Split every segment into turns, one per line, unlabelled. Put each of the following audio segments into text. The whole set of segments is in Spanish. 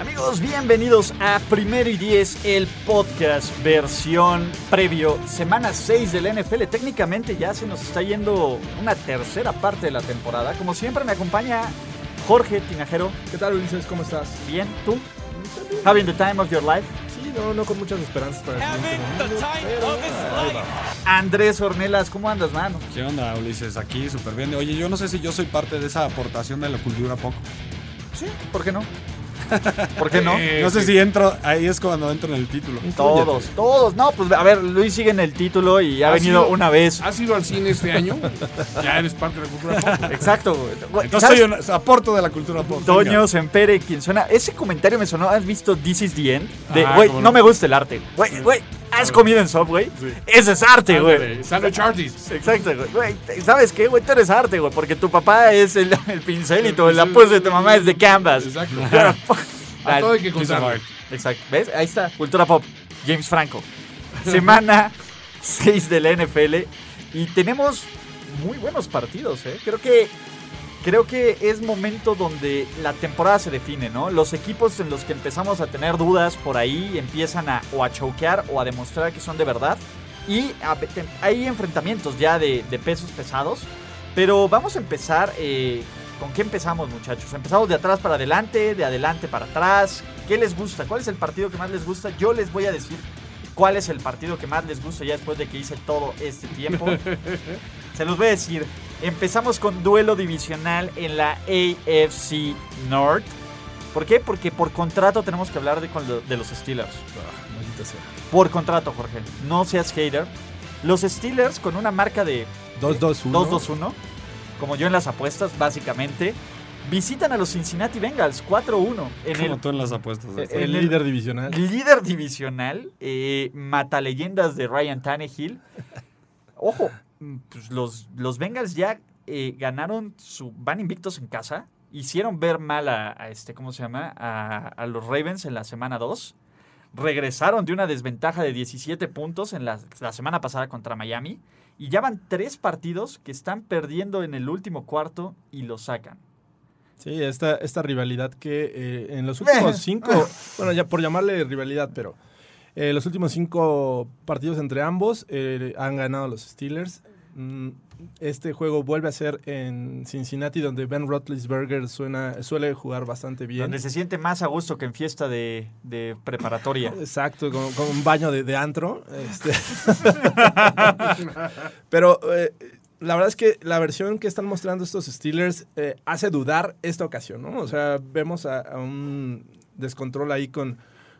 Amigos, bienvenidos a Primero y Diez, el podcast versión previo, semana 6 del NFL. Técnicamente ya se nos está yendo una tercera parte de la temporada. Como siempre me acompaña Jorge Tinajero.
¿Qué tal, Ulises? ¿Cómo estás?
Bien, ¿tú? Having the time of your life.
Sí, no, no con muchas esperanzas para el siguiente mundo, pero, ah, ahí vamos.
Andrés Ornelas, ¿cómo andas, mano?
¿Qué onda, Ulises? Aquí, súper bien. Oye, yo no sé si yo soy parte de esa aportación de la cultura pop.
Sí, ¿por qué no? ¿Por qué no?
Eh,
Eh,
No sé si entro, ahí es cuando entro en el título.
Todos, todos. No, pues a ver, Luis sigue en el título y ha,
¿Has
venido
ido?
una vez.
¿Has ido al cine este año? ya eres parte de la cultura pop.
Exacto. güey.
Entonces
¿Sabes?
soy un aporto de la cultura pop.
Toño Sempere, quien suena. Ese comentario me sonó. ¿Has visto This is the End? De,
Ah,
güey,
cómo
no.
no.
me gusta el arte. Güey, güey, has comido en Subway.
Sí.
Ese es arte, güey.
Ah, Ándale, Sandwich Artist.
Exacto, güey. güey. te- ¿Sabes qué, güey? Tú eres arte, güey, porque tu papá es el, el pincel y
El
todo. La
pincel.
pose de tu mamá es de canvas.
Exacto.
Claro.
A todo hay que
Pizza
contar.
Hut.
Exacto. ¿Ves? Ahí está. Cultura Pop. James Franco. Semana 6 de la NFL. Y tenemos muy buenos partidos, ¿eh? Creo que. Creo que es momento donde la temporada se define, ¿no? Los equipos en los que empezamos a tener dudas por ahí empiezan a o a choquear o a demostrar que son de verdad. Y a- te- hay enfrentamientos ya de, de pesos pesados. Pero vamos a empezar. eh, ¿Con qué empezamos, muchachos? ¿Empezamos de atrás para adelante? ¿De adelante para atrás? ¿Qué les gusta? ¿Cuál es el partido que más les gusta? Yo les voy a decir cuál es el partido que más les gusta ya después de que hice todo este tiempo. Se los voy a decir. Empezamos con duelo divisional en la AFC North. ¿Por qué? Porque por contrato tenemos que hablar de, con lo- de los Steelers.
Ah, maldita sea.
Por contrato, Jorge. No seas hater. Los Steelers con una marca de
2-2-1.
2-2-1, como yo en las apuestas, básicamente, visitan a los Cincinnati Bengals 4-1 en
Como
el
tú en las apuestas. ¿eh?
El,
en el-
líder divisional.
líder divisional, eh, mataleyendas de Ryan Tannehill. Ojo, mm, pues los, los Bengals ya eh, ganaron su. van invictos en casa. Hicieron ver mal a, a este, ¿cómo se llama? A, a los Ravens en la semana 2. Regresaron de una desventaja de 17 puntos en la, la semana pasada contra Miami. Y ya van tres partidos que están perdiendo en el último cuarto y lo sacan.
Sí, esta, esta rivalidad que eh, en los últimos cinco, bueno, ya por llamarle rivalidad, pero eh, los últimos cinco partidos entre ambos eh, han ganado los Steelers. Mm, Este juego vuelve a ser en Cincinnati, donde Ben Roethlisberger suena, suele jugar bastante bien.
Donde se siente más a gusto que en fiesta de, de preparatoria.
Exacto, con, con un baño de, de antro. este. Pero eh, la verdad es que la versión que están mostrando estos Steelers eh, hace dudar esta ocasión, ¿no? O sea, vemos a, a un descontrol ahí con,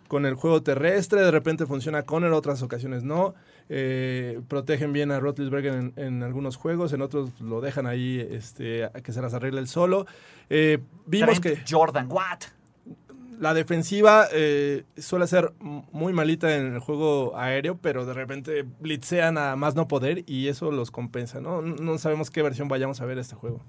con el juego terrestre, de repente funciona Conner, otras ocasiones no. Eh, protegen bien a Rotlisberger en, en algunos juegos, en otros lo dejan ahí este, a que se las arregle el solo. Eh, vimos que
Trent Jordan Watt.
la defensiva eh, suele ser m- muy malita en el juego aéreo, pero de repente blitzean a más no poder y eso los compensa, ¿no? No- No sabemos qué versión vayamos a ver este juego.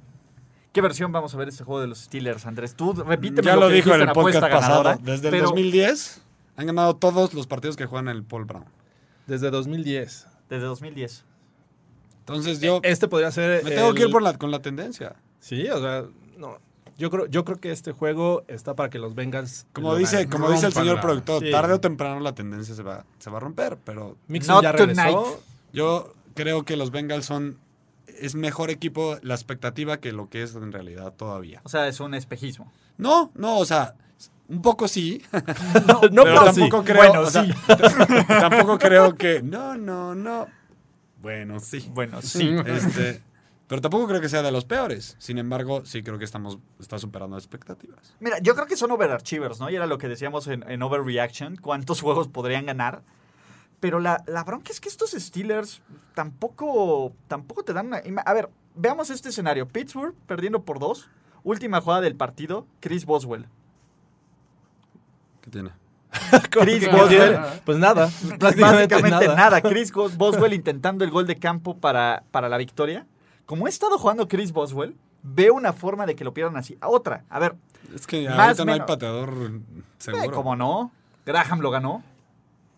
¿Qué versión vamos a ver este juego de los Steelers, Andrés? Tú repíteme
Ya
lo,
lo
que
dijo
dijiste
en el
apuesta
podcast pasado.
ganadora,
Desde el
pero
2010 han ganado todos los partidos que juegan el Paul Brown.
Desde 2010.
Desde 2010.
Entonces yo
Este podría ser...
me tengo
el-
que ir por la, con la tendencia.
Sí, o sea, no. Yo creo, yo creo que este juego está para que los Bengals...
Como
lo
dice,
ganen.
como dice el señor
Rómpanla.
productor,
Sí.
tarde o temprano la tendencia se va, se va a romper, pero
Mixon
Not
ya regresó.
tonight.
Yo creo que los Bengals son es mejor equipo la expectativa que lo que es en realidad todavía.
O sea, es un espejismo.
No, no, o sea, un poco sí,
No, no,
pero
pero
tampoco
sí.
creo,
Bueno,
o sea,
sí.
tampoco creo que no, no, no. Bueno, sí.
Bueno, sí.
Este, pero tampoco creo que sea de los peores. Sin embargo, sí creo que estamos está superando expectativas.
Mira, yo creo que son overachievers, ¿no? Y era lo que decíamos en, en Overreaction, cuántos juegos podrían ganar. Pero la, la bronca es que estos Steelers tampoco, tampoco te dan una... ima- A ver, veamos este escenario. Pittsburgh perdiendo por dos. Última jugada del partido, Chris Boswell.
¿Qué tiene?
Chris
que
Boswell.
nada?
Pues nada, prácticamente
Básicamente nada.
nada.
Chris Bos- Boswell intentando el gol de campo para, para la victoria. Como ha estado jugando Chris Boswell, veo una forma de que lo pierdan así. Otra, a ver,
Es que
Más
ahorita no hay
menos.
pateador seguro.
como no, Graham lo ganó,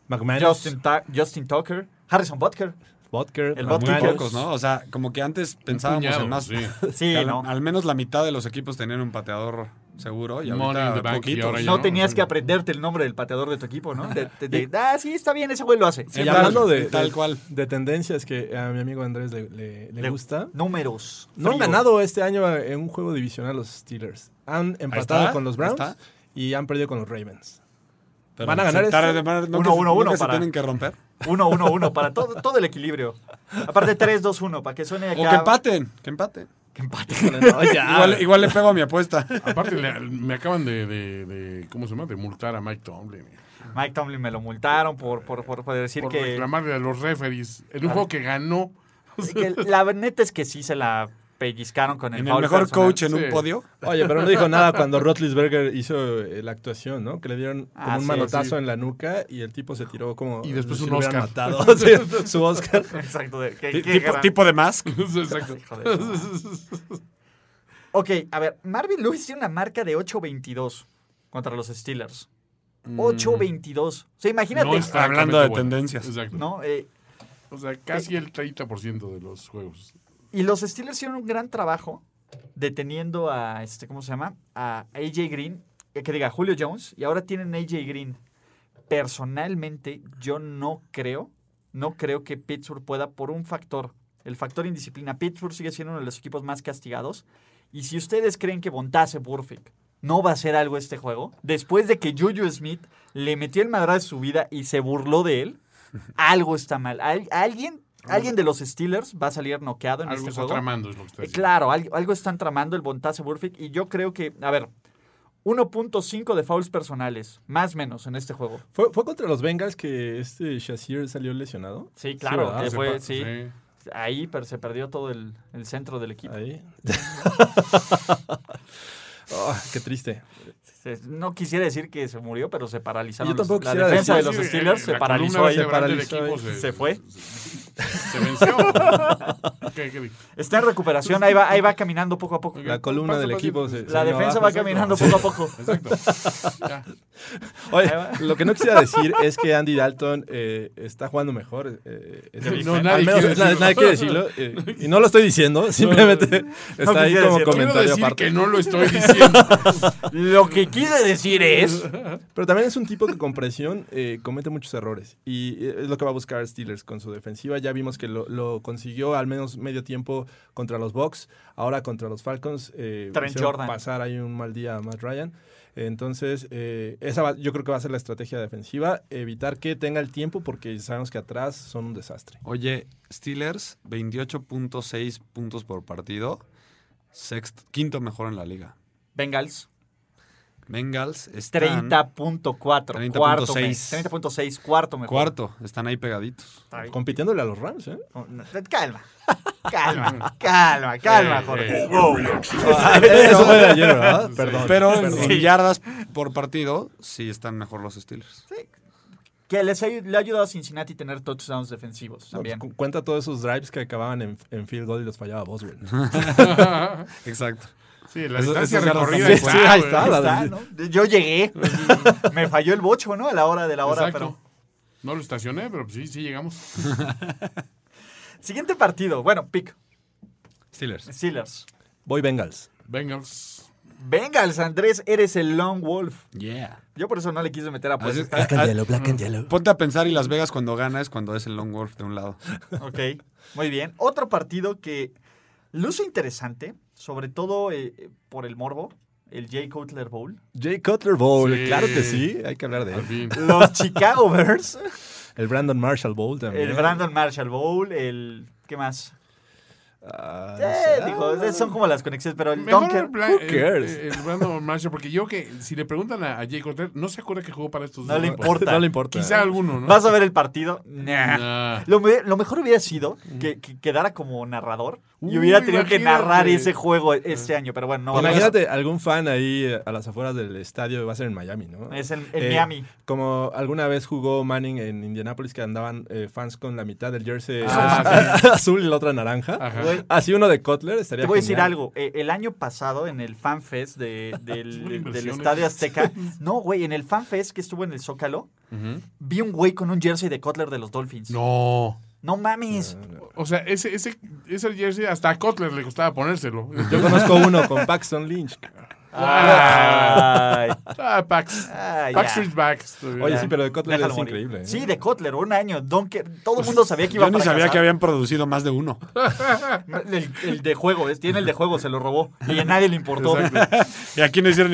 McManus,
Justin, Ta- Justin Tucker, Harrison Butker.
Vodker,
el
Muy
Butker.
pocos, ¿no? O sea, como que antes pensábamos
puñado,
en más.
sí.
Sí,
que al,
no.
al menos la mitad de los equipos tenían un pateador seguro y
Money in the
ahorita
bank, y
poquitos.
ahora ya
No
no,
tenías
no.
que aprenderte el nombre del pateador de tu equipo, ¿no? De- de- de, ah, sí, está bien, ese güey lo hace.
Sí,
y hablando
tal-
de,
tal
de-
cual.
de tendencias que a mi amigo Andrés le, le- le
Le-
gusta,
Números.
no han
fríos.
ganado este año en un juego divisional los Steelers. Han empatado
está,
con los
ahí
Browns
está.
y han perdido con los Ravens.
Pero
¿Van a ganar
se- tarde
este?
o temprano, ¿no
Uno,
que-
uno,
no
uno
que se
para-
tienen que romper.
1-1-1 para todo, todo el equilibrio. Aparte 3-2-1 para que suene acá.
O que empaten, que empaten.
Que empate.
Igual, igual le pego a mi apuesta.
Aparte, le- me acaban de, de- de- ¿Cómo se llama? De multar a Mike Tomlin.
Mike Tomlin me lo multaron por, por, por, por decir
Por
que,
reclamarle a los referees. En un juego que ganó.
que La neta es que sí se la pellizcaron con el
En el
foul
mejor
personal.
coach eh. en
Sí.
un podio.
Oye, pero no dijo nada cuando Rotlisberger hizo eh, la actuación, ¿no? Que le dieron como
Ah,
un
sí,
manotazo
sí.
en la nuca y el tipo se tiró como.
Y después
si
un
lo hubieran
Oscar.
matado. Sí, su Oscar.
Exacto. de- que-
Ti-
que
Tipo,
gran-
tipo de mask.
Exacto.
Hijo de su madre. Ok, a ver. Marvin Lewis tiene una marca de 8-22 contra los Steelers. Mm.
Mm.
8-22. O sea, imagínate.
No está
Hablando de
bueno.
tendencias.
Exacto.
¿no? Eh,
O sea, casi el 30% de los juegos.
Y los Steelers hicieron un gran trabajo deteniendo a este, ¿cómo se llama? A AJ Green, eh, que diga Julio Jones, y ahora tienen AJ Green. Personalmente, yo no creo, no creo que Pittsburgh pueda por un factor, el factor indisciplina. Pittsburgh sigue siendo uno de los equipos más castigados. Y si ustedes creen que Bontase Burfict no va a hacer algo este juego, después de que Juju Smith le metió el madrazo de su vida y se burló de él, algo está mal. Al- alguien, alguien de los Steelers va a salir noqueado en
Algo
este
está
juego.
tramando, es lo que está
Eh,
diciendo.
Claro, algo, algo están tramando el Bontase Burfict y yo creo que, a ver, 1.5 de fouls personales, más menos en este juego.
¿Fue, fue contra los Bengals que este Shazir salió lesionado?
Sí, claro,
¿verdad?
que fue, sí.
Sí.
Ahí pero se perdió todo el, el centro del equipo.
Ahí. Oh, qué triste.
Se- No quisiera decir que se murió, pero se paralizaron.
Yo
los-
tampoco
la
quisiera
defensa
decir-
de los
Sí,
Steelers
eh,
se
la
paralizó
columna
ahí.
se
vertebral del
paralizó
equipo
ahí.
Se fue.
Se venció. ¿Qué, qué?
Está en recuperación, ahí va, ahí va caminando poco a poco.
Ok.
La columna
Pasa,
del
pasa,
equipo.
pasa.
se-
La
se vino
defensa
abajo.
va caminando poco a poco.
Exacto. Ya.
Oye,
Ahí
lo que no quisiera decir es que Andy Dalton eh, está jugando mejor. eh, es-
No,
al
nadie
menos
quiere
na-
decirlo.
nadie quiere decirlo. eh, y no lo estoy diciendo, simplemente está ahí
quisiera
como
decirlo.
Quiero
comentario
decir
aparte.
que no lo estoy diciendo.
Lo que quise decir es.
Pero también es un tipo que con presión eh, comete muchos errores. Y eh, es lo que va a buscar Steelers con su defensiva. Ya vimos que lo, lo consiguió al menos medio tiempo contra los Bucks. Ahora contra los Falcons. eh,
Trent
hicieron
Jordan.
Pasar ahí un mal día a Matt Ryan. Entonces, eh, esa va- yo creo que va a ser la estrategia defensiva. Evitar que tenga el tiempo porque sabemos que atrás son un desastre.
Oye, Steelers, 28.6 puntos por partido. Sexto, quinto mejor en la liga.
Bengals,
Bengals están
30.4. Cuarto.
30.6.
me- 30.6, cuarto mejor.
cuarto, están ahí pegaditos.
Está bien.
Compitiéndole a los Rams, ¿eh?
No, Oh, no, Calma, calma, calma, calma,
Eh,
Jorge.
eh.
Wow.
Eso fue de ayer, ¿verdad?
Sí.
Perdón.
Pero en,
perdón.
en yardas por partido, sí están mejor los Steelers.
Que les ha, le ha ayudado a Cincinnati tener touchdowns defensivos
No, pues,
también.
cu- cuenta todos esos drives que acababan en, en field goal y los fallaba Boswell.
Exacto.
Sí, la
Eso-
distancia
eso es
recorrida
verdad.
está,
Sí, sí, ahí
güey.
está.
Ahí
la-
está, ¿no? Yo llegué. Me falló el bocho, ¿no? A la hora de la hora,
Exacto.
pero.
No lo estacioné, pero sí, sí llegamos.
Siguiente partido. Bueno, pick.
Steelers.
Steelers.
Voy Bengals.
Bengals.
Bengals, Andrés, eres el Long Wolf.
Yeah.
Yo por eso no le quise meter a
Así-
apuestas.
a- a-
Ah, mm.
ponte a pensar y Las Vegas cuando gana es cuando es el Long Wolf de un lado.
Ok, muy bien. Otro partido que luce interesante, sobre todo eh, eh, por el morbo, el Jay Cutler Bowl.
Jay Cutler Bowl,
Sí.
claro que sí, hay que hablar de
Al
él.
fin.
Los Chicago Bears,
El Brandon Marshall Bowl también.
el Brandon Marshall Bowl, el... ¿Qué más?
Ah, no
Eh,
sé.
digo,
Ah,
son como las conexiones, pero el
Mejor
Dunker...
el, bla-
who
el-
cares?
el Brandon Marshall, porque yo que si le preguntan a, a Jay Cortez, no se acuerda que jugó para estos
No le
equipos.
importa.
No le importa.
Quizá alguno, ¿no?
¿Vas a ver el partido? Nah.
Nah.
Lo, me- lo mejor hubiera sido que, que quedara como narrador y hubiera
Uy,
tenido que
imagínate. Eh. Pues
narrar ese juego este año, pero bueno, no va a pasar.
Ah, Imagínate algún fan ahí eh, a las afueras del estadio, va a ser en Miami, ¿no? Eh,
Es en-
Eh,
en Miami.
Como alguna vez jugó Manning en Indianapolis que andaban eh, fans con la mitad del jersey
Ah,
azul y la otra naranja.
Ajá.
Güey,
Así uno de Kotler estaría
Te voy a decir
genial.
algo. eh, el año pasado, en el FanFest de-
Es
del,
una
del
inversión, ¿eh?
Estadio Azteca. No, güey, en el FanFest que estuvo en el Zócalo, vi un güey con un jersey de Kotler de los Dolphins. No,
No.
mames.
O sea, ese, ese, ese jersey hasta a Kotler le gustaba ponérselo.
Yo conozco uno con Paxton Lynch.
Ay,
Ah, Pax.
Ah, ya.
Backstreet Backs.
Oye, sí, pero de Kotler
déjalo
es
morir.
increíble. ¿eh?
Sí, de Kotler, un año. Donker, todo el mundo sabía que iba
Yo
a
ni sabía que
fracasar.
habían producido más de uno.
El, el de juego, es- tiene el de juego, se lo robó. Y a nadie le importó.
Y aquí no hicieron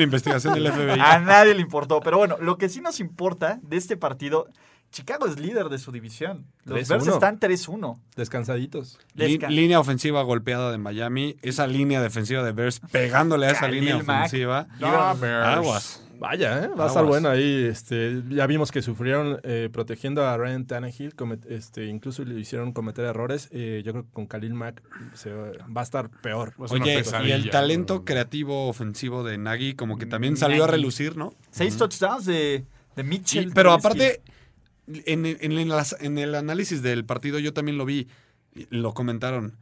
investigación del FBI.
A nadie le importó. Pero bueno, lo que sí nos importa de este partido, Chicago es líder de su división. Los
3-1.
Bears están 3-1.
Descansaditos.
Lin-
Desca-
línea ofensiva golpeada de Miami. Esa línea defensiva de Bears pegándole a esa
Khalil
línea
Mack.
ofensiva.
No, Bears.
Aguas.
Vaya, ¿eh? va a estar
Aguas.
bueno ahí. Este, ya vimos que sufrieron eh, protegiendo a Ryan Tannehill, comet- este, incluso le hicieron cometer errores. Eh, yo creo que con Khalil Mack se va va a estar peor.
Ah.
Pues una
Oye, y
pesadilla,
el talento
cabrón.
creativo ofensivo de Nagy como que también salió a
Mm, Nagy.
relucir, ¿no?
Seis touchdowns de, de Mitchell.
Y- pero
Trubisky.
aparte, en, el- en el as- en el análisis del partido yo también lo vi, y lo comentaron.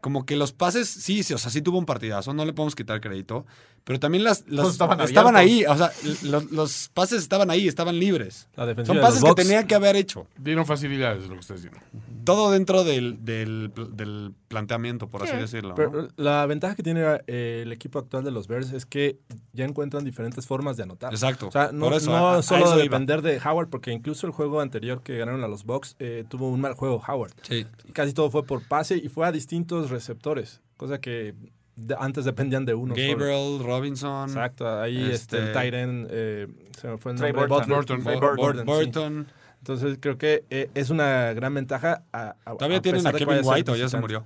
Como que los pases, sí, sí, o sea, sí tuvo un partidazo, no le podemos quitar crédito, pero también las, las-
Pues estaban
ahí, o sea, los, los pases estaban ahí, estaban libres.
La defensiva
Son
de
pases
los Bucks.
que tenía que haber hecho.
Dieron facilidades, lo que estás diciendo.
Todo dentro del, del, del planteamiento, por así decirlo. ¿no?
Pero eh, la ventaja que tiene eh, el equipo actual de los Bears es que ya encuentran diferentes formas de anotar.
Exacto.
O sea, no,
Por eso,
no
a- a
solo
eso iba.
depender de Howard, porque incluso el juego anterior que ganaron a los Bucks eh, tuvo un mal juego Howard.
Sí.
Casi todo fue por pase y fue a distintos receptores, cosa que de- antes dependían de uno. solo.
Gabriel, Robinson,
Exacto, ahí este, el
Este-
Tyren, se me fue el
Trey
nombre.
Burton.
Burton.
Bo-
Trey
Bur-
Burton, sí.
Burton.
Entonces creo que eh, es una gran ventaja. A, a-
Todavía
a
tienen
pesar de
a
que
Kevin
vaya ser
White o ya se
visitante.
murió.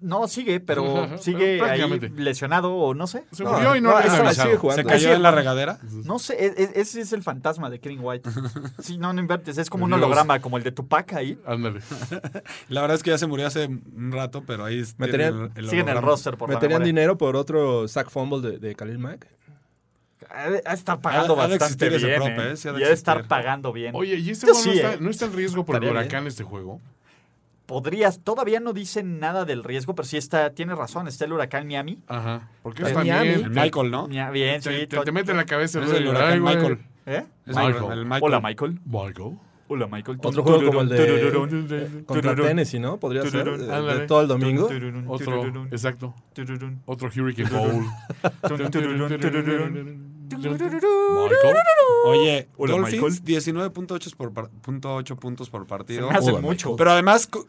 No, sigue,
Ajá,
pero sigue
pero
ahí
prácticamente.
lesionado o no sé.
Se
No,
murió y no,
no,
habían
estaba-
avisado.
sigue jugando.
Se cayó en la regadera.
No sé, e- e- ese es el fantasma de Kevin White. Sí, no, no inviertes, es como un
Dios.
holograma, como el de Tupac ahí.
Ándale.
La verdad es que ya se murió hace un rato, pero ahí
Me
tiene
tenían-
Sigue en el
holograma.
roster, por la
¿Meterían
memoria.
dinero por otro sack fumble de, de Khalil Mack?
Ha- ha de estar pagando
Ha- ha de
bastante
existir ese
bien.
prop,
¿eh?
¿eh? Sí ha de
y ha de estar
existir.
pagando bien.
Oye, ¿y este
Yo
juego no,
sí,
está,
eh.
no está en riesgo por el
Estaría
huracán este juego?
Podrías, todavía no dicen nada del riesgo, pero sí está, tiene razón, está el huracán Miami.
Ajá. Porque
Pero
es también...
El Michael, ¿no?
Ya, Bien,
Te,
sí.
te,
to-
te mete en la cabeza
Es
ruido
el
y,
huracán
"Ay, güey".
Michael.
¿Eh?
Es
Michael.
El, el Michael.
Hola, Michael.
Michael.
Hola, Michael.
Otro juego como el de-
Tururún,
Contra
tururún,
Tennessee, ¿no? Podría ser.
tururún,
eh,
ándale.
De todo el domingo.
tururún,
Otro,
tururún,
exacto.
tururún,
Otro Hurricane Bowl.
tururún, tururún, tururún.
Michael.
Oye,
Hola,
Dolphins
Michael.
19.8 por par- punto ocho puntos por
Se
partido. Oh.
me hace
Hola,
mucho.
Pero además, cu-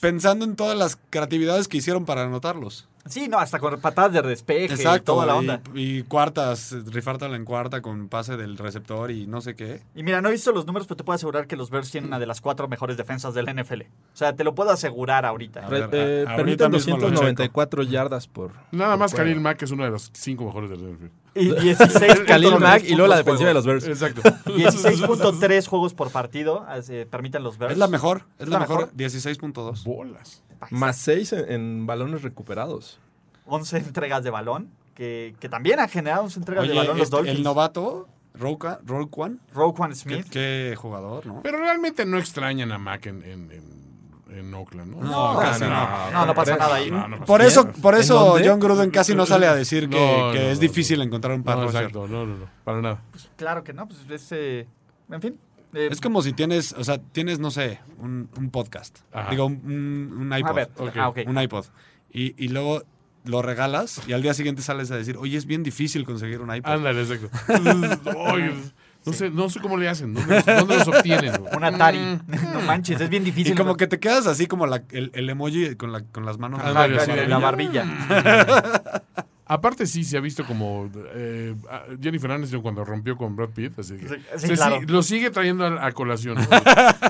pensando en todas las creatividades que hicieron para anotarlos.
Sí, no, hasta con patadas de despeje y
Exacto.
toda la
y-
onda.
Y, cuartas, rifártala en cuarta con pase del receptor y no sé qué.
Y mira, no he visto los números, pero te puedo asegurar que los Bears tienen una de las cuatro mejores defensas del NFL. O sea, te lo puedo asegurar ahorita.
A ver,
Eh,
a- ahorita
permiten
mismo lo checo.
294 yardas por.
Nada más
Bueno.
Khalil Mack es uno de los cinco mejores del NFL.
Y 16
Khalil
punto
Mack
tres
y luego la
puntos
defensiva de los Bears.
Exacto.
juego. 16.3 juegos por partido eh, permiten los Bears.
Es la mejor. Es
¿La
la, mejor.
mejor?
16.2.
Bolas.
Más 6 en, en balones recuperados.
11 entregas de balón, que, que también han generado 11 entregas de
Oye,
balón los
este,
Dolphins.
el novato, Roca, Roquan,
Roquan
¿qué,
Smith.
qué jugador, ¿no?
Pero realmente no extrañan a Mack en, en, en, en Oakland, ¿no?
No, casi no.
No, no pasa nada ahí.
No, no pasa
Por
nada.
eso, por
¿En
eso
dónde?
John Gruden casi no sale a decir que,
No,
que
no,
es
no,
difícil encontrar un par
No,
rusher.
exacto. No, no, no. Para nada.
Claro que no, pues es... eh, en fin. eh,
Es como si tienes, o sea, tienes, no sé, un, un podcast.
Ajá.
Digo, un, un- un iPod.
a ver,
ok.
ah, ok.
Un iPod. Y, y luego lo regalas y al día siguiente sales a decir, oye, es bien difícil conseguir un iPod.
Ándale, exacto. Ay, no, sé, no sé cómo le hacen. ¿Dónde, los- dónde los obtienen? güey?
Un Atari.
Mm.
no manches, es bien
Y
difícil.
como que te quedas así como la- el, el emoji con, la- con las manos.
Ajá,
Ajá,
Ándale, así de-
la barbilla.
Aparte sí se ha visto como eh, a- Jennifer Aniston cuando rompió con Brad Pitt, así que-
Sí,
o sea,
sí,
sí,
claro.
lo sigue trayendo a, a colación.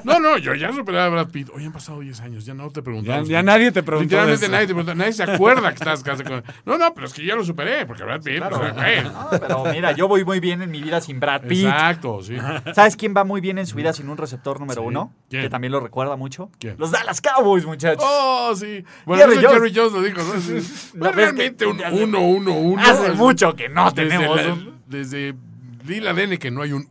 No, no, yo ya superaba a Brad Pitt. Hoy han pasado 10 años, ya no te
Ya,
preguntamos.
ya nadie te preguntó.
Literalmente
eso.
nadie te pregunta, nadie se acuerda que estás casado con. No, no, pero es que ya lo superé, porque Brad Pitt. pues, güey.
No, pero mira, yo voy muy bien en mi vida sin Brad Pitt.
Exacto, sí.
¿Sabes quién va muy bien en su vida sin un receptor número uno?
¿Quién?
Que también lo recuerda mucho.
¿Quién?
Los Dallas Cowboys, muchachos.
Oh, sí. Bueno,
Jerry
eso
Jones.
Jerry Jones lo dijo, ¿no? Sí.
No, pero
Fue
es
realmente
que
un
hace-
1-1-1.
Hace
así.
mucho que no
Desde
Ah, tenemos
la-
un
Desde Lila Lene que no hay un 1-1-1.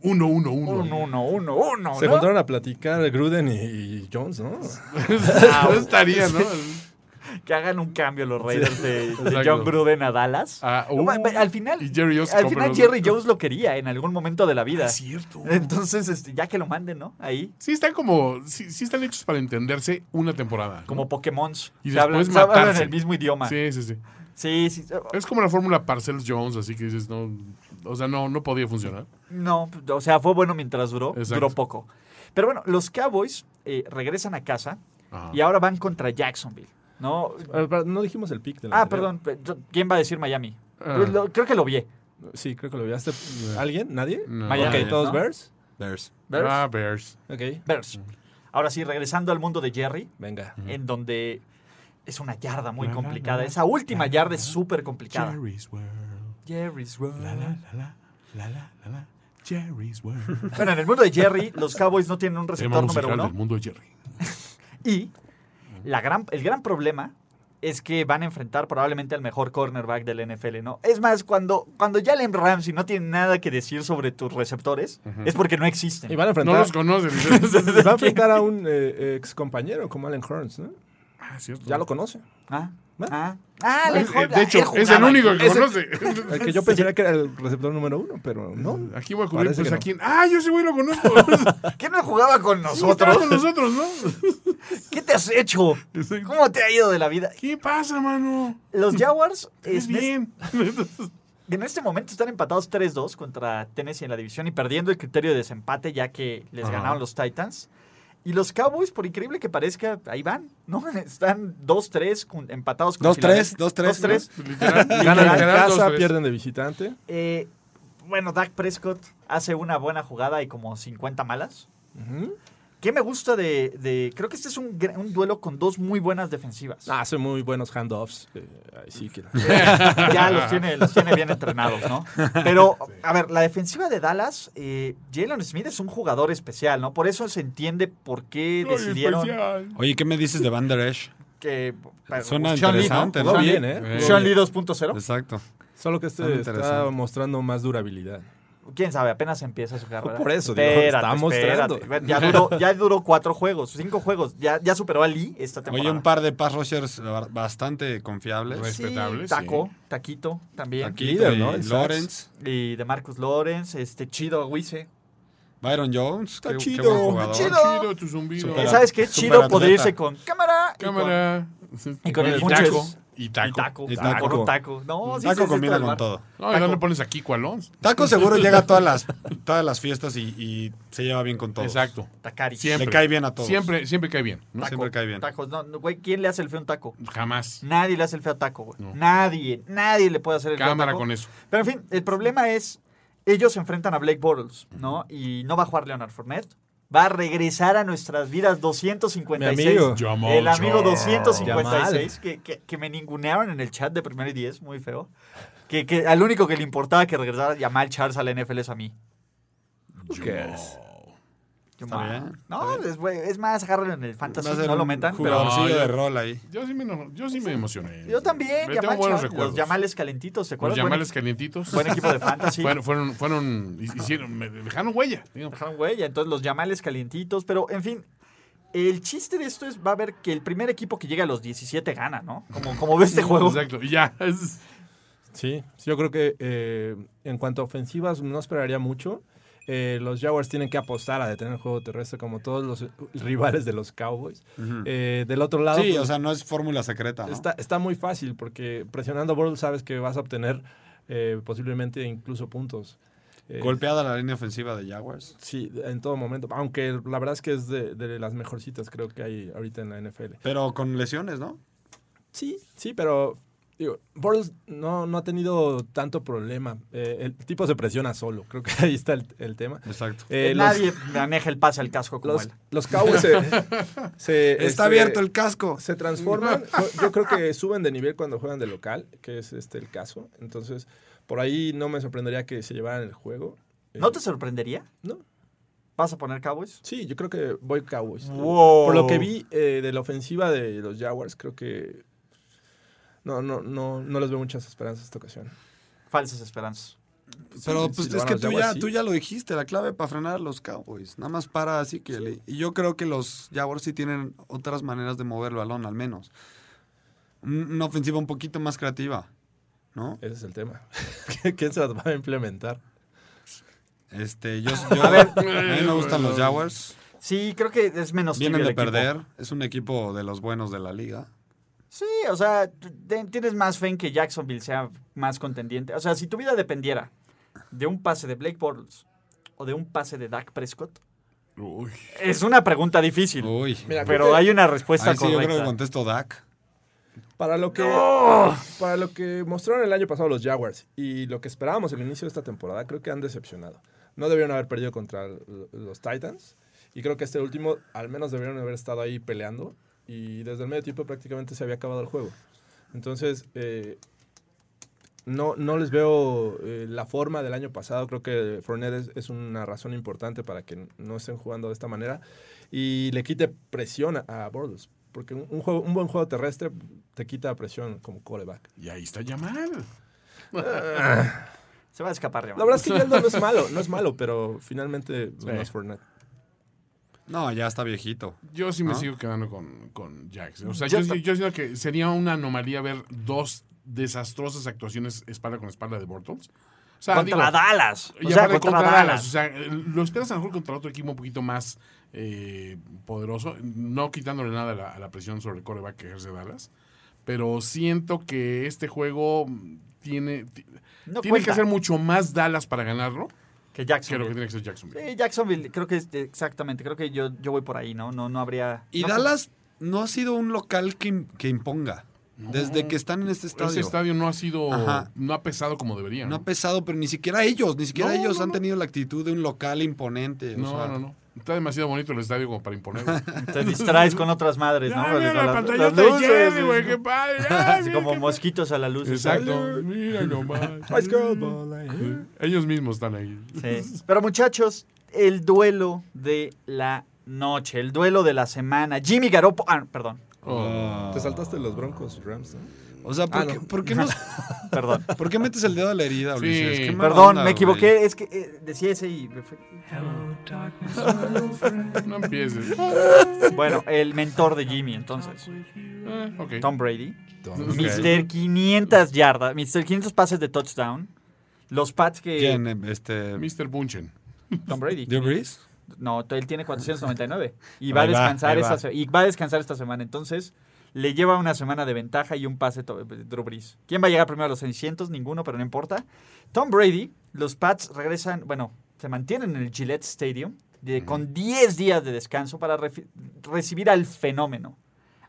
1 uno, uno, uno,
Se
¿no?
juntaron a platicar Gruden y, y Jones, ¿no?
Ah,
No estaría, ¿no?
Que hagan un cambio los Raiders de, de
Exacto.
John Gruden a Dallas.
Ah,
No,
uh,
ma- ma- al final,
y Jerry Jones
al
compra
final
los-
Jerry Jones lo quería en algún momento de la vida.
Es cierto.
Entonces, este, ya que lo manden, ¿no? Ahí,
Sí están como, sí, sí están hechos para entenderse una temporada. ¿no?
como Pokémon.
Y
se hablan,
después
se hablan
matarse.
el mismo idioma. Sí,
Sí, sí, sí.
sí.
Es como la fórmula Parcells Jones, así que dices, no, o sea, no, no podía funcionar.
No, o sea, fue bueno mientras duró.
Exacto.
Duró poco. Pero bueno, los Cowboys eh, regresan a casa
Ajá.
y ahora van contra Jacksonville, ¿no?
Ah, pa- No dijimos el pick de la
Ah,
anterior.
perdón. pe- ¿Quién va a decir Miami? Pues
Ah.
Lo- creo que lo vi.
Sí, creo que lo viste. ¿Alguien? ¿Nadie?
No.
Miami,
Ok, todos
¿no?
Bears.
Bears.
Bears.
Ah, Bears.
Ok.
Bears. Ahora sí, regresando al mundo de Jerry,
Venga.
en donde es una yarda muy complicada. Esa última yarda es súper complicada.
Jerry's World.
Jerry's World.
La, la, la, la, la, la, la. Jerry's World.
Bueno, en el mundo de Jerry, los Cowboys no tienen un
Tema
receptor número
musical
uno.
del mundo de Jerry.
Y la gran, el gran problema es que van a enfrentar probablemente al mejor cornerback del NFL, ¿no? Es más, cuando, cuando Jalen Ramsey no tiene nada que decir sobre tus receptores, es porque no existen.
Y van a
No
enfrentar,
los conoces. dices.
van a, enfrentar a un eh, ex compañero como Allen Hurns, ¿no?
Ah, cierto.
Ya lo conoce.
Ah,
¿Va?
ah, ah,
Eh,
le jod-
De hecho,
él
es
jugaba
el único
aquí.
que conoce.
El que yo pensaría que era el receptor número uno, pero no.
Aquí voy a cubrir,
Parece
pues
que
a
no.
quién. Ah, yo sí, güey, lo conozco.
¿Qué no jugaba con
Estaba
nosotros?
con nosotros, ¿no?
¿Qué te has hecho? ¿Cómo te ha ido de la vida?
¿Qué pasa, mano?
Los Jaguars eh,
Es
en, es-
bien.
en este momento están empatados 3-2 contra Tennessee en la división y perdiendo el criterio de desempate ya que les
Ajá.
ganaron los Titans. Y los Cowboys, por increíble que parezca, ahí van, ¿no? Están 2-3 con- empatados con
2-3,
Filadelfia.
2-3,
2-3.
Literal.
Ganan en
Literal, dos,
casa,
tres.
pierden de visitante.
Eh, bueno, Dak Prescott hace una buena jugada y como 50 malas.
Ujú.
¿Qué me gusta de...? de- creo que este es un, gran- un duelo con dos muy buenas defensivas.
Ah, Hace muy buenos handoffs. eh, ahí sí que-
ya los tiene, los tiene bien entrenados, ¿no? Pero, a ver, la defensiva de Dallas, eh, Jalen Smith es un jugador especial, ¿no? Por eso se entiende por qué
Ay,
decidieron
especial.
Oye, ¿qué me dices de Van Der Esch?
que... pero-
Suena
Sean Lee, ¿no?
interesante,
Jugó
¿no?
bien, ¿eh?
Eh.
Sean Lee 2.0.
Exacto.
Solo que este
Suena
está
interesante.
mostrando más durabilidad.
Quién sabe, apenas empieza su carrera.
Por eso, digo, está mostrando.
Bueno, Ya duró, ya duró cuatro juegos, cinco juegos. Ya, ya superó a Lee esta temporada.
Oye, un par de pass rushers ba- bastante confiables.
Sí,
respetables,
Taco, Taquito también.
Aquí
Líder, ¿no?
¿no?
En sacks.
Lawrence,
Y de Marcus Lawrence, este Chido Aguise.
Byron Jones.
Está
qué- qué
chido,
buen
está
jugador.
chido.
Chido, tu zumbido.
Supera-
¿Sabes qué?
superatleta.
Chido poder irse con cámara. y con-
Cámara.
Y con el ponche.
taco. Y taco.
Y taco.
Y
ah,
taco.
Por un taco. No, sí, sí,
Taco
sí,
combina
está del
con
mar.
todo.
No, ¿y dónde pones a Kiko Alonso?
Taco seguro llega a todas las, todas las fiestas y, y se lleva bien con todos.
Exacto.
Tacari.
Siempre.
Le cae bien a todos.
Siempre, siempre cae bien. ¿no?
Taco. siempre cae bien.
Tacos. No, no, güey, ¿quién le hace el feo a un taco?
Jamás.
Nadie le hace el feo a taco, güey.
No.
Nadie. Nadie le puede hacer el feo a
Cámara
taco.
con eso.
Pero en fin, el problema es, ellos se enfrentan a Blake Bortles, ¿no? Y no va a jugar Leonard Fournette. Va a regresar a nuestras vidas 256.
Mi amigo.
Jamal
El amigo
Charles.
256 que, que- que me ningunearon en el chat de Primero y Diez, muy feo. Que, que al único que le importaba que regresara Jamal Charles a la NFL es a mí.
¿Qué es?
Jamal.
bien,
No, es, güey, es más, agárrenlo en el fantasy,
Va a ser
no lo
un
metan. Pero
Jugadorcillo
No, yo-
de rol ahí.
Yo sí me, eno- yo sí me emocioné.
yo también,
Me
Jamal
tengo buenos
Charles,
recuerdos.
Los Jamales calentitos, ¿te
Los
acuerdas?
llamales calientitos.
Buen, buen equipo de fantasy.
Fueron, fueron, fueron, hicieron, me dejaron huella. digo.
Dejaron huella, entonces los llamales calientitos, pero en fin. El chiste de esto es, va a ver que el primer equipo que llega a los 17 gana, ¿no? Como, como ve este juego.
Exacto, y ya. Es-
Sí, sí, yo creo que eh, en cuanto a ofensivas no esperaría mucho. Eh, los Jaguars tienen que apostar a detener el juego terrestre como todos los eh, rivales de los Cowboys. Eh, del otro lado,
Sí,
pues,
o sea, no es fórmula secreta. ¿no?
está, está muy fácil porque presionando a Bortles sabes que vas a obtener eh, posiblemente incluso puntos. Eh,
Golpeada la línea ofensiva de Jaguars.
Sí, en todo momento. Aunque la verdad es que es de, de las mejorcitas creo que hay ahorita en la NFL.
Pero con lesiones, ¿no?
Sí, sí, pero Digo, Bortles no, no ha tenido tanto problema. Eh, el tipo se presiona solo. Creo que ahí está el, el tema.
Exacto.
Eh, los-
Nadie maneja el pase al casco como
Los,
él.
los Cowboys se, se, este,
Está abierto el casco.
se transforman. Yo- Yo creo que suben de nivel cuando juegan de local, que es este el caso. Entonces, por ahí no me sorprendería que se llevaran el juego. Eh,
¿No te sorprendería?
No.
¿Vas a poner Cowboys?
Sí, yo creo que voy Cowboys.
Wow.
Por lo que vi eh, de la ofensiva de los Jaguars, creo que no, no, no, no les veo muchas esperanzas esta ocasión.
Falsas esperanzas.
Pero
sí,
pues
sí,
es
van
que
los
tú
Jaguars,
ya,
sí.
tú ya lo dijiste, la clave para frenar a los Cowboys. Nada más para así que... le- Y yo creo que los Jaguars sí tienen otras maneras de mover el balón, al menos. Un- Una ofensiva un poquito más creativa, ¿no?
Ese es el tema. ¿Qué- ¿Quién se las va a implementar?
Este, yo, yo-
A ver.
a mí me gustan los Jaguars.
Sí, creo que es menos
Vienen
tibio
de
el equipo.
perder. Es un equipo de los buenos de la liga.
Sí, o sea, te- tienes más fe en que Jacksonville sea más contendiente. O sea, si tu vida dependiera de un pase de Blake Bortles o de un pase de Dak Prescott,
Uy.
es una pregunta difícil,
Uy.
Mira,
pero hay una respuesta
Uh. Ahí sí yo creo que
correcta.
contesto Dak.
Para lo que para lo que mostraron el año pasado los Jaguars y lo que esperábamos al inicio de esta temporada, creo que han decepcionado. No debieron haber perdido contra l- los Titans y creo que este último al menos debieron haber estado ahí peleando y desde el medio tiempo prácticamente se había acabado el juego. Entonces, eh, no, no les veo eh, la forma del año pasado. Creo que Fournette es, es una razón importante para que no estén jugando de esta manera y le quite presión a, a Bortles. Porque un, un juego, un buen juego terrestre te quita presión como coreback.
Y ahí está Yamal.
Se va a escapar de
La verdad es que Yeldon no es malo, no es malo, pero finalmente no es Fournette.
No, ya está viejito.
Yo sí me
¿Ah?
sigo quedando con, con Jax. ¿eh? O sea,
Ya
yo,
está.
yo siento que sería una anomalía ver dos desastrosas actuaciones espalda con espalda de Bortles. O sea,
Contra
digo,
Dallas. O
y
sea,
aparte
contra, Dallas.
O sea, eh, lo esperas a lo mejor contra otro equipo un poquito más eh, poderoso, no quitándole nada a la, a la presión sobre el coreback que ejerce Dallas. Pero siento que este juego tiene, ti-
No
tiene que
cuenta
hacer mucho más Dallas para ganarlo
que
que lo que
Jacksonville.
tiene que hacer Jacksonville. Este
Sí, Jacksonville, creo que es- exactamente, creo que yo, yo voy por ahí, ¿no? No, no habría...
Y
no-
Dallas no ha sido un local que, im- que imponga. Desde que están en este estadio.
Ese estadio no ha sido,
Ajá.
no ha pesado como debería.
No ha pesado, pero ni siquiera ellos, ni siquiera
No,
ellos
no,
han
no.
tenido la actitud de un local imponente. o
No,
sea.
no, no. Está demasiado bonito el estadio como para imponerlo.
Te distraes con otras madres, ¿no?
Ay, mira
Con
la
las-
pantalla
las
de
luces,
Jerry, güey,
¿no?
qué padre. Ay,
Así
mira
como
qué
mosquitos a la luz.
padre. Exacto. Mira nomás.
Ice Girl Ball, eh.
Ellos mismos están ahí.
Sí. Pero muchachos, el duelo de la noche, el duelo de la semana. Jimmy Garoppolo, ah, perdón,
Oh.
Te saltaste los Broncos Rams, ¿no?
O sea, ¿por,
Ah,
qué,
no.
por qué nos-
perdón.
por qué metes el dedo a la herida,
Sí,
Ulises? Qué mala
Perdón,
onda,
me
güey.
equivoqué, es que eh, decía ese y... me fue.
No empieces.
Bueno, el mentor de Jimmy entonces,
Eh, ok.
Tom Brady.
Ok.
Mister 500 yardas, Mister 500 pases de touchdown. Los Pats que...
¿Quién? eh, Este,
Mr. Bunchen.
Tom Brady.
¿Drew Brees?
No, t- él tiene 499. Y va a
Ahí va,
descansar
ahí
esta
va.
se- y va a descansar esta semana. Entonces, le lleva una semana de ventaja y un pase to- eh, Drew Brees. ¿Quién va a llegar primero a los 600? Ninguno, pero no importa. Tom Brady, los Pats regresan, bueno, se mantienen en el Gillette Stadium de- con 10 días de descanso para refi- recibir al fenómeno.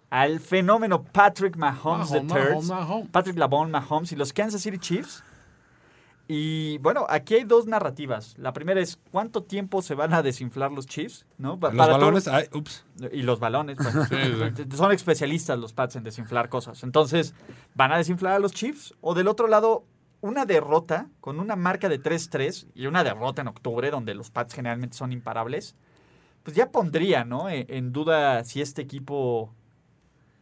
Al fenómeno Patrick Mahomes III.
Mahomes, Mahomes, Mahomes.
Patrick Labón, Mahomes y los Kansas City Chiefs. Y bueno, aquí hay dos narrativas. La primera es cuánto tiempo se van a desinflar los Chiefs, ¿no? Pa-
Los
para
balones.
todo-
ay, ups.
Y los balones. bueno.
Sí, exacto.
Son especialistas los Pats en desinflar cosas. Entonces, ¿van a desinflar a los Chiefs? O del otro lado, una derrota con una marca de 3-3 y una derrota en octubre, donde los Pats generalmente son imparables, pues ya pondría, ¿no? E- En duda si este equipo.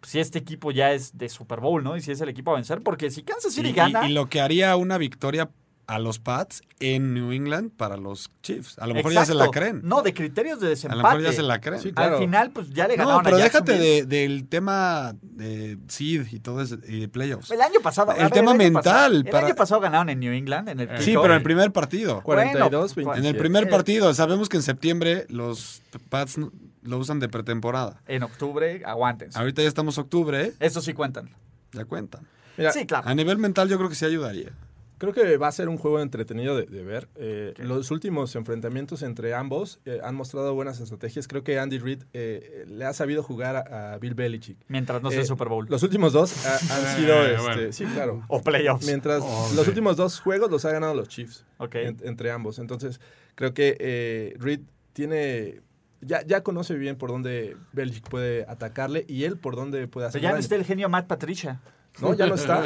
Si este equipo ya es de Super Bowl, ¿no? Y si es el equipo a vencer, porque si Kansas
Y,
City
y-
gana.
y lo que haría una victoria a los Pats en New England para los Chiefs. A lo mejor ya se la
Exacto.
creen.
No, de criterios de
a lo
desempate.
mejor ya se la creen.
Sí,
Al
claro.
final, pues ya le ganaron
No, pero
a
déjate
Jacksonville.
de- del tema de seed y todo ese, y de playoffs.
Pues, El año pasado. a
El tema
año
mental
pasado- el
para-
año pasado ganaron en New England. En el
Sí,
Sí,
kickoff.
pero en el primer partido.
42,
Bueno,
En
27.
el primer partido, sabemos que en septiembre los Pats no- lo usan de pretemporada.
En octubre, aguántense.
Ahorita ya estamos octubre, ¿eh?
Eso sí cuentan.
ya cuentan.
Mira,
Sí, claro.
Ah.
A nivel mental yo creo que sí ayudaría.
Creo que va a ser un juego entretenido de, de ver. Eh, Los últimos enfrentamientos entre ambos eh, han mostrado buenas estrategias. Creo que Andy Reid eh, le ha sabido jugar a, a Bill Belichick.
Mientras no sea
Eh,
Super Bowl.
Los últimos dos ah, han sido,
Eh,
este,
bueno.
sí, claro.
O playoffs.
Mientras los últimos dos juegos los ha ganado los Chiefs
Ok.
en- entre ambos. Entonces, creo que eh, Reed tiene. Ya, ya conoce bien por dónde Belichick puede atacarle y él por dónde
Pero
puede
Pues,
hacer.
ya no
daño.
está el genio Matt Patricia.
No, ya no está.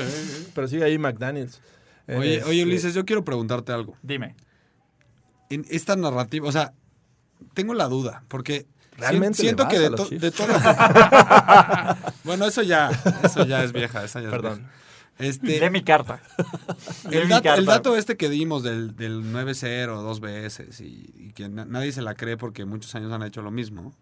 pero sigue ahí McDaniels. Eh,
Oye, oye,
este,
Ulises, yo quiero preguntarte algo.
Dime.
En esta narrativa, o sea, tengo la duda, porque si-
¿Realmente le
siento
vas
que
a
de,
los
to-
Chiefs?
de todo. lo- bueno, eso ya, eso ya es vieja, esa ya es
Perdón.
vieja. Este,
Lee mi carta. Lee
El
mi
dato,
carta.
el dato este que dimos del, del 9-0 dos veces y, y que na- nadie se la cree porque muchos años han hecho lo mismo.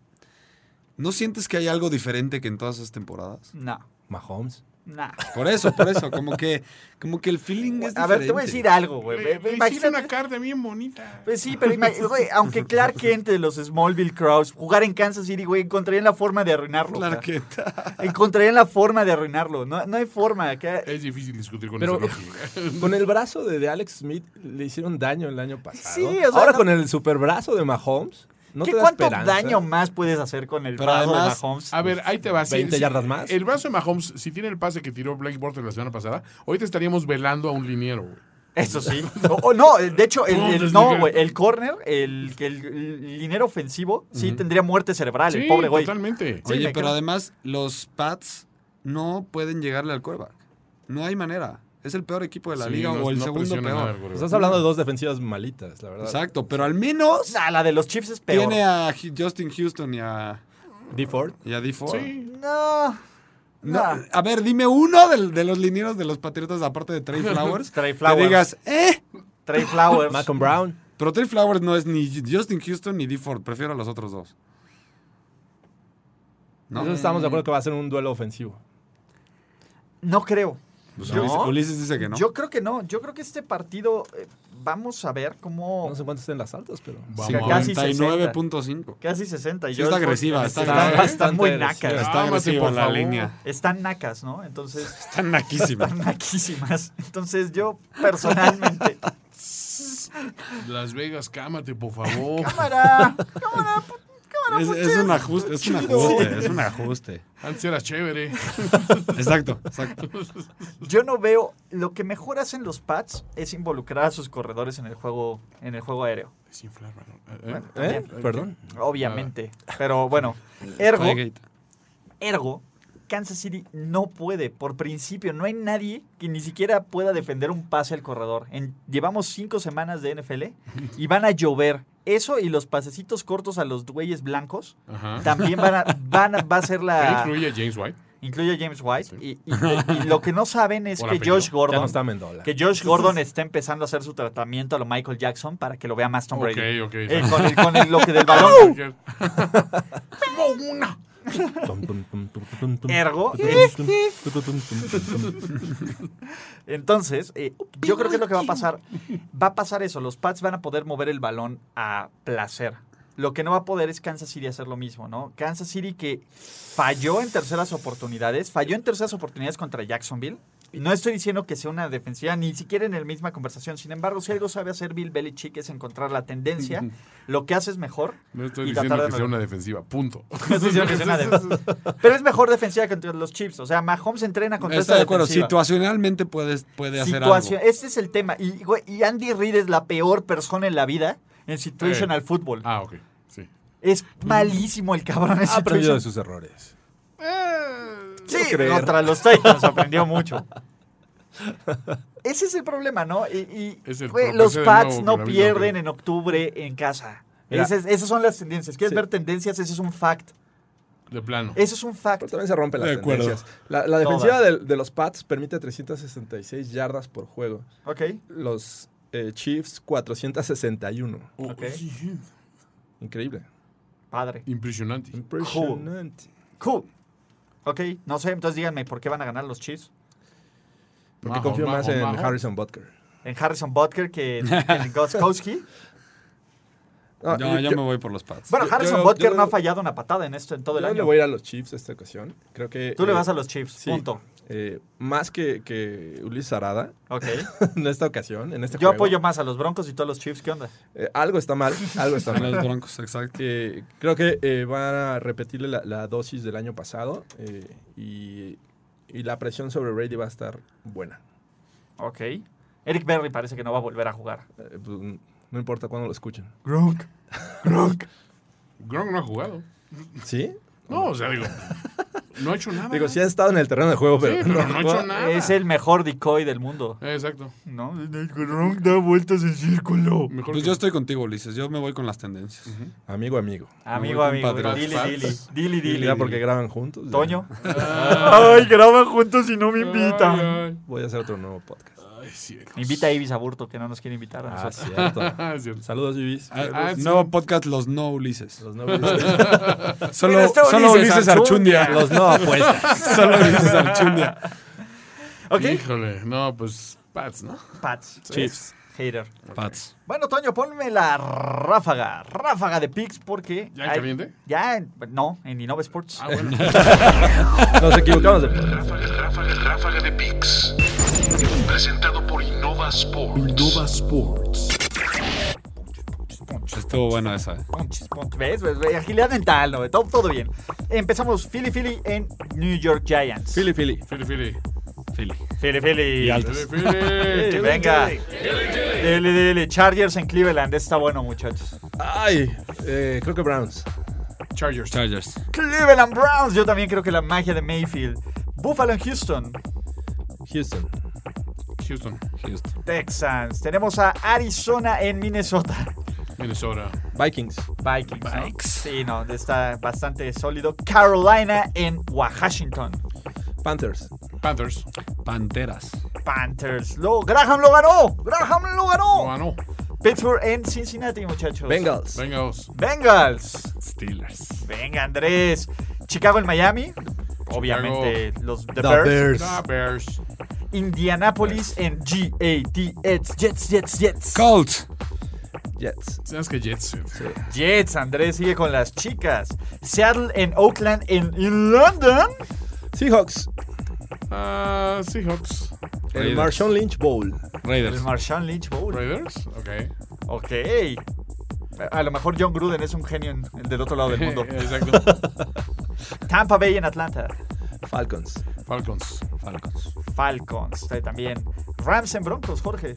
¿No sientes que hay algo diferente que en todas esas temporadas?
No.
Mahomes.
No.
Por eso, por eso, como que, como que el feeling es diferente.
A ver, te voy a decir algo, güey.
Le, le
Imagínate-
hicieron una carta bien bonita.
Pues sí, pero imag- güey, aunque Clark Kent de los Smallville Crowds jugar en Kansas City, güey, encontrarían la forma de arruinarlo.
Claro
o sea,
que Eh,
Encontrarían la forma de arruinarlo. No, no hay forma. que-
Es difícil discutir con
Pero-
esa lógica.
Con el brazo de, de Alex Smith le hicieron daño el año pasado.
Sí, o sea,
Ahora
no-
con el superbrazo de Mahomes. No
¿qué
te da
¿Cuánto
esperanza.
daño más puedes hacer con el
Pero
brazo de
además-
Mahomes?
A ver, ahí te vas.
20 yardas más.
El brazo de Mahomes, si tiene el pase que tiró Blake Bortles la semana pasada, hoy te estaríamos velando a un liniero. güey.
Eso sí. No, oh, no, de hecho, el, el- no,
Bundesliga.
güey, el corner, el, que el, el dinero ofensivo, sí tendría muerte cerebral, el
Sí,
pobre güey.
totalmente.
Sí,
Oye,
me
pero
quedo-
además los Pats no pueden llegarle al quarterback. No hay manera. Es el peor equipo de la
Sí,
liga
no-
o el
no
segundo
presiona nada el
peor.
quarterback.
Estás hablando de dos defensivas malitas, la verdad.
Exacto, pero al menos
Nah, la de los Chiefs es peor.
tiene a Hi- Justin Houston y a,
D. Ford.
y a D4.
Sí.
No.
No,
Nah.
a ver, dime uno del- de, los linieros de los Patriotas, aparte de Trey Flowers.
Trey
Que
Flowers.
digas, ¿eh?
Trey Flowers.
Malcolm Brown.
Pero Trey Flowers no es ni Justin Houston ni D-Ford. Prefiero a los otros dos. ¿No?
Nosotros estamos de acuerdo que va a ser un duelo ofensivo.
No creo.
Pues
Yo-
Ulises, Ulises dice que no.
Yo creo que no. Yo creo que este partido eh, vamos a ver cómo
No sé cuántos estén las altas, pero.
Vamos.
Sí, casi
59.5.
casi 60. y
Sí
yo
está
creo que
agresiva, está
están,
agresiva.
están muy
Bastante
nacas.
Está
Cálmate,
agresiva
por
la
favor.
línea.
Están nacas, ¿no? Entonces,
Está naquísima.
están naquísimas. Entonces, yo personalmente.
Las Vegas, cámate, por favor.
¡Cámara!
es, es un ajuste, es un ajuste, es un ajuste.
Antes era chévere.
Exacto, exacto.
Yo no veo. Lo que mejor hacen los Pats es involucrar a sus corredores en el juego, en el juego aéreo.
Desinflar, mano. Eh, eh. Ah.
¿Eh?
Bien.
Perdón.
Obviamente. Pero bueno. Ergo.
Spygate.
Ergo, Kansas City no puede, por principio, no hay nadie que ni siquiera pueda defender un pase al corredor. En- llevamos cinco semanas de NFL y van a llover. Eso y los pasecitos cortos a los güeyes blancos
Ajá.
también van a, van a- va a ser
¿Él
la...
incluye a James White?
Incluye a James White. Y, y- y lo que no saben es
Por
que
apellido.
Josh
Ya no
Gordon...
está Mendola.
Que Josh Gordon está empezando a hacer su tratamiento a lo Michael Jackson para que lo vea más Tom
Ok,
Brady.
ok.
Eh, con el, con el bloque del balón.
una!
Ergo, Entonces, eh, yo creo que es lo que va a pasar. Va a pasar eso. Los Pats van a poder mover el balón a placer. Lo que no va a poder es Kansas City hacer lo mismo, ¿no? Kansas City que falló en terceras oportunidades, falló en terceras oportunidades contra Jacksonville. No estoy diciendo que sea una defensiva, ni siquiera en la misma conversación. Sin embargo, si algo sabe hacer Bill Belichick es encontrar la tendencia, lo que haces mejor.
No estoy
Y
diciendo
tratar de
que sea una defensiva, punto.
No estoy diciendo que sea una defensiva. Pero es mejor defensiva que contra los Chips. O sea, Mahomes entrena contra
Estoy
esta
de acuerdo,
defensiva.
situacionalmente puedes, puede hacer
Situación.
algo.
Este es el tema. Y, güey, y Andy Reid es la peor persona en la vida en situational fútbol.
Ah, ok. Sí.
Es malísimo el cabrón. en
Ha aprendido
situational-
de sus errores.
Sí,
creer.
contra los Titans aprendió mucho. Ese es el problema, ¿no? Y, y,
Es el
güey,
tropezar
los
de
Pats
nuevo con
no
la misma
pierden
pelota.
en octubre en casa.
Mira.
Esas, esas son las tendencias. ¿Quieres
Sí.
ver tendencias? Ese es un fact.
De plano.
Eso es un fact.
Pero también se rompen las
De acuerdo.
tendencias. La, la defensiva de, de los Pats permite 366 yardas por juego.
Ok.
Los eh, Chiefs, 461.
Oh,
Ok.
Increíble.
Padre.
Impresionante.
Impresionante.
Cool. Ok, no sé, entonces díganme por qué van a ganar los Chiefs.
Porque
Mahomes,
confío más en
Mahomes, Mahomes.
Harrison Butker.
En Harrison Butker que en, que en Gostkowski.
No,
Yo, yo me voy por los Pats.
Bueno,
Yo-
Harrison
yo-
Butker
yo-
no ha fallado una patada en esto en todo el
yo
año.
le voy a ir a los Chiefs esta ocasión. Creo que.
Tú le
eh,
vas a los Chiefs,
sí.
punto.
eh, más que, que Ulises Arada
Ok.
en esta ocasión, en este
Yo
juego.
apoyo más a los Broncos y todos los Chiefs. ¿Qué onda?
Eh, algo está mal, algo está
A los
mal.
broncos, exacto.
Eh, creo que eh, van a repetirle la, la dosis del año pasado eh, y, y la presión sobre Brady va a estar buena.
Ok. Eric Berry parece que no va a volver a jugar.
Eh, pues, no importa cuándo lo escuchen.
Gronk. Gronk.
Gronk no ha jugado.
¿Sí?
No, o sea, digo, no ha hecho nada.
Digo, sí ha estado en el terreno de juego,
Sí,
pero,
pero no ha
juega.
hecho nada.
Es el mejor decoy del mundo.
Eh, Exacto.
¿No? Gronk da vueltas en círculo.
Mejor
Pues
que-
yo estoy contigo, Ulises. Yo me voy con las tendencias.
Amigo, amigo.
Amigo,
Muy
amigo.
compadre.
Dili,
Fans.
dili. Dili, dili.
Ya porque graban juntos. ya.
Toño. Ah. Ay, graban juntos y no me invitan.
Ay,
Voy a hacer otro nuevo podcast.
ay, ay, cielos.
Me invita a Ibis Aburto, que no nos quiere invitar a
Ah,
nosotros.
cierto.
Ah, es cierto.
Saludos, Vivis.
Ah,
pues
ah, sí.
Nuevo podcast, los no Ulises.
Los nuevos.
Solo,
Pero está
solo
Ulises
Ulises, Archundia.
Los no apuestas.
solo Ulises Archundia.
Ok.
Híjole, no, pues Pats, ¿no?
Pats.
Chiefs.
Hater.
Pats.
Bueno, Toño, ponme la ráfaga. Ráfaga de picks porque.
¿Ya en
hay-
caliente?
Ya, en- no, en Innova Sports.
Ah, bueno.
Nos equivocamos de podcast.
Ráfaga, ráfaga, ráfaga de Pix. Presentado por Innova Sports. Innova Sports.
Estuvo buena esa. eh.
Ponches, ponches. ¿Ves? ¿Ves? ¿Ves? Agilidad mental, ¿no? Todo, todo bien. Empezamos Philly Philly en New York Giants.
Philly, Philly.
Fili, Fili.
Philly Philly.
Fili, Fili.
Sí, venga. Dele, dele. Chargers en Cleveland. Está bueno, muchachos.
Ay, eh, creo que Browns.
Chargers.
Chargers.
Cleveland Browns. Yo también creo que la magia de Mayfield. Buffalo en Houston.
Houston.
Houston.
Houston.
Texans. Tenemos a Arizona en Minnesota.
Minnesota.
Vikings.
Vikings. ¿no? Sí, no, está bastante sólido. Carolina en Washington.
Panthers.
Panthers.
Panteras.
Panthers. Lo, Graham lo ganó. Graham lo
No
Oh.
ganó.
ganó.
Pittsburgh en Cincinnati, muchachos.
Bengals.
Bengals.
Bengals.
Steelers.
Venga, Andrés. Chicago en Miami. Obviamente, los The,
The
Bears.
Bears.
Pues
Ah, Bears.
Indianapolis en GATS. Jets, Jets, Jets.
Colts.
Jets.
¿Sabes que Jets? fíjate.
Jets, Andrés sigue con las chicas. Seattle en Oakland en en London.
Seahawks.
Ah, Seahawks.
El
Raiders.
Marshawn Lynch Bowl.
El
Raiders.
Marshawn Lynch oh, Bowl.
Raiders. Ok.
Ok. A, a lo mejor John Gruden es un genio en- del otro lado del mundo.
Exacto.
Tampa Bay en Atlanta.
Falcons.
Falcons.
Falcons.
Falcons eh, también. Rams en Broncos, Jorge.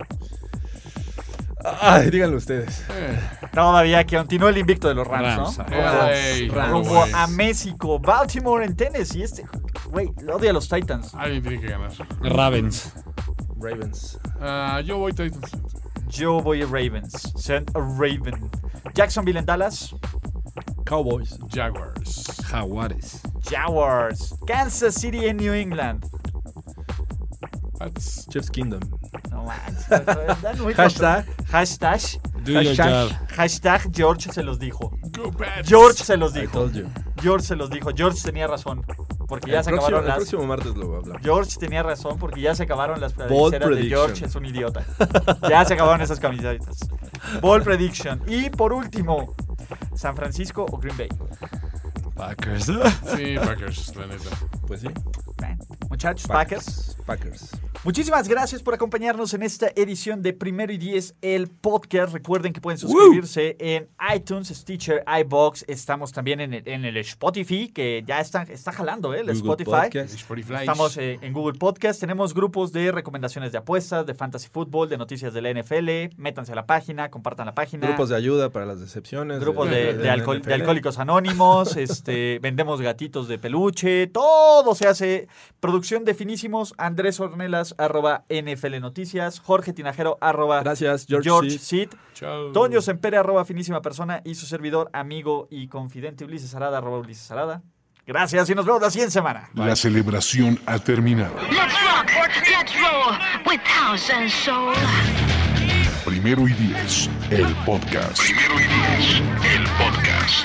Ay, díganlo ustedes.
Todavía que continúa el invicto de los Rams,
Rams,
¿no?
eh.
Rumbo-
Ey,
Rumbo
Cowboys.
a México. Baltimore en Tennessee. Este, güey, lo odio a los Titans.
Alguien tiene que ganar.
Ravens.
Ravens.
Ah, yo voy Titans.
Yo voy a Ravens. Send a Raven. Jacksonville en Dallas.
Cowboys.
Jaguars.
Jaguares.
Jaguars. Kansas City en New England.
Pats.
Chiefs Kingdom.
No manches, están muy
Hashtag.
contra- Hashtag.
Do your job.
Hashtag George se los dijo.
Go Pats.
George se los
I
dijo.
told you.
George se los dijo. George tenía razón. Porque ya
El
se
próximo,
acabaron
el
las.
próximo martes lo hablamos.
George tenía razón porque ya se acabaron las playeras de
prediction.
George es un idiota. Ya se acabaron esas camisetas. Ball prediction. Y por último, San Francisco o Green Bay.
Packers.
Sí, Packers, la neta.
Pues sí.
Man, Muchachos, Packers.
Packers.
Muchísimas gracias por acompañarnos en esta edición de Primero y Diez, el podcast. Recuerden que pueden suscribirse en iTunes, Stitcher, iBox. Estamos también en el, en el Spotify, que ya está, está jalando, ¿eh? El
Google
Spotify.
Podcast.
Spotify.
Estamos eh, en Google Podcast. Tenemos grupos de recomendaciones de apuestas, de fantasy fútbol, de noticias de la NFL. Métanse a la página, compartan la página.
Grupos de ayuda para las decepciones.
Grupos de, de alcohol- de
NFL.
alcohólicos anónimos, este, vendemos gatitos de peluche, todo se hace. Producción de finísimos, Andrés Ornelas, arroba NFL Noticias, Jorge Tinajero, arroba
Gracias, George.
George
C.
Sid,
Chao.
Toño Sempere, arroba finísima persona, y su servidor, amigo y confidente Ulises Arada, arroba Ulises Arada. Gracias y nos vemos la siguiente semana.
La celebración ha terminado.
Let's rock, let's roll with house and soul.
Primero y diez, el podcast. Primero y diez, el podcast.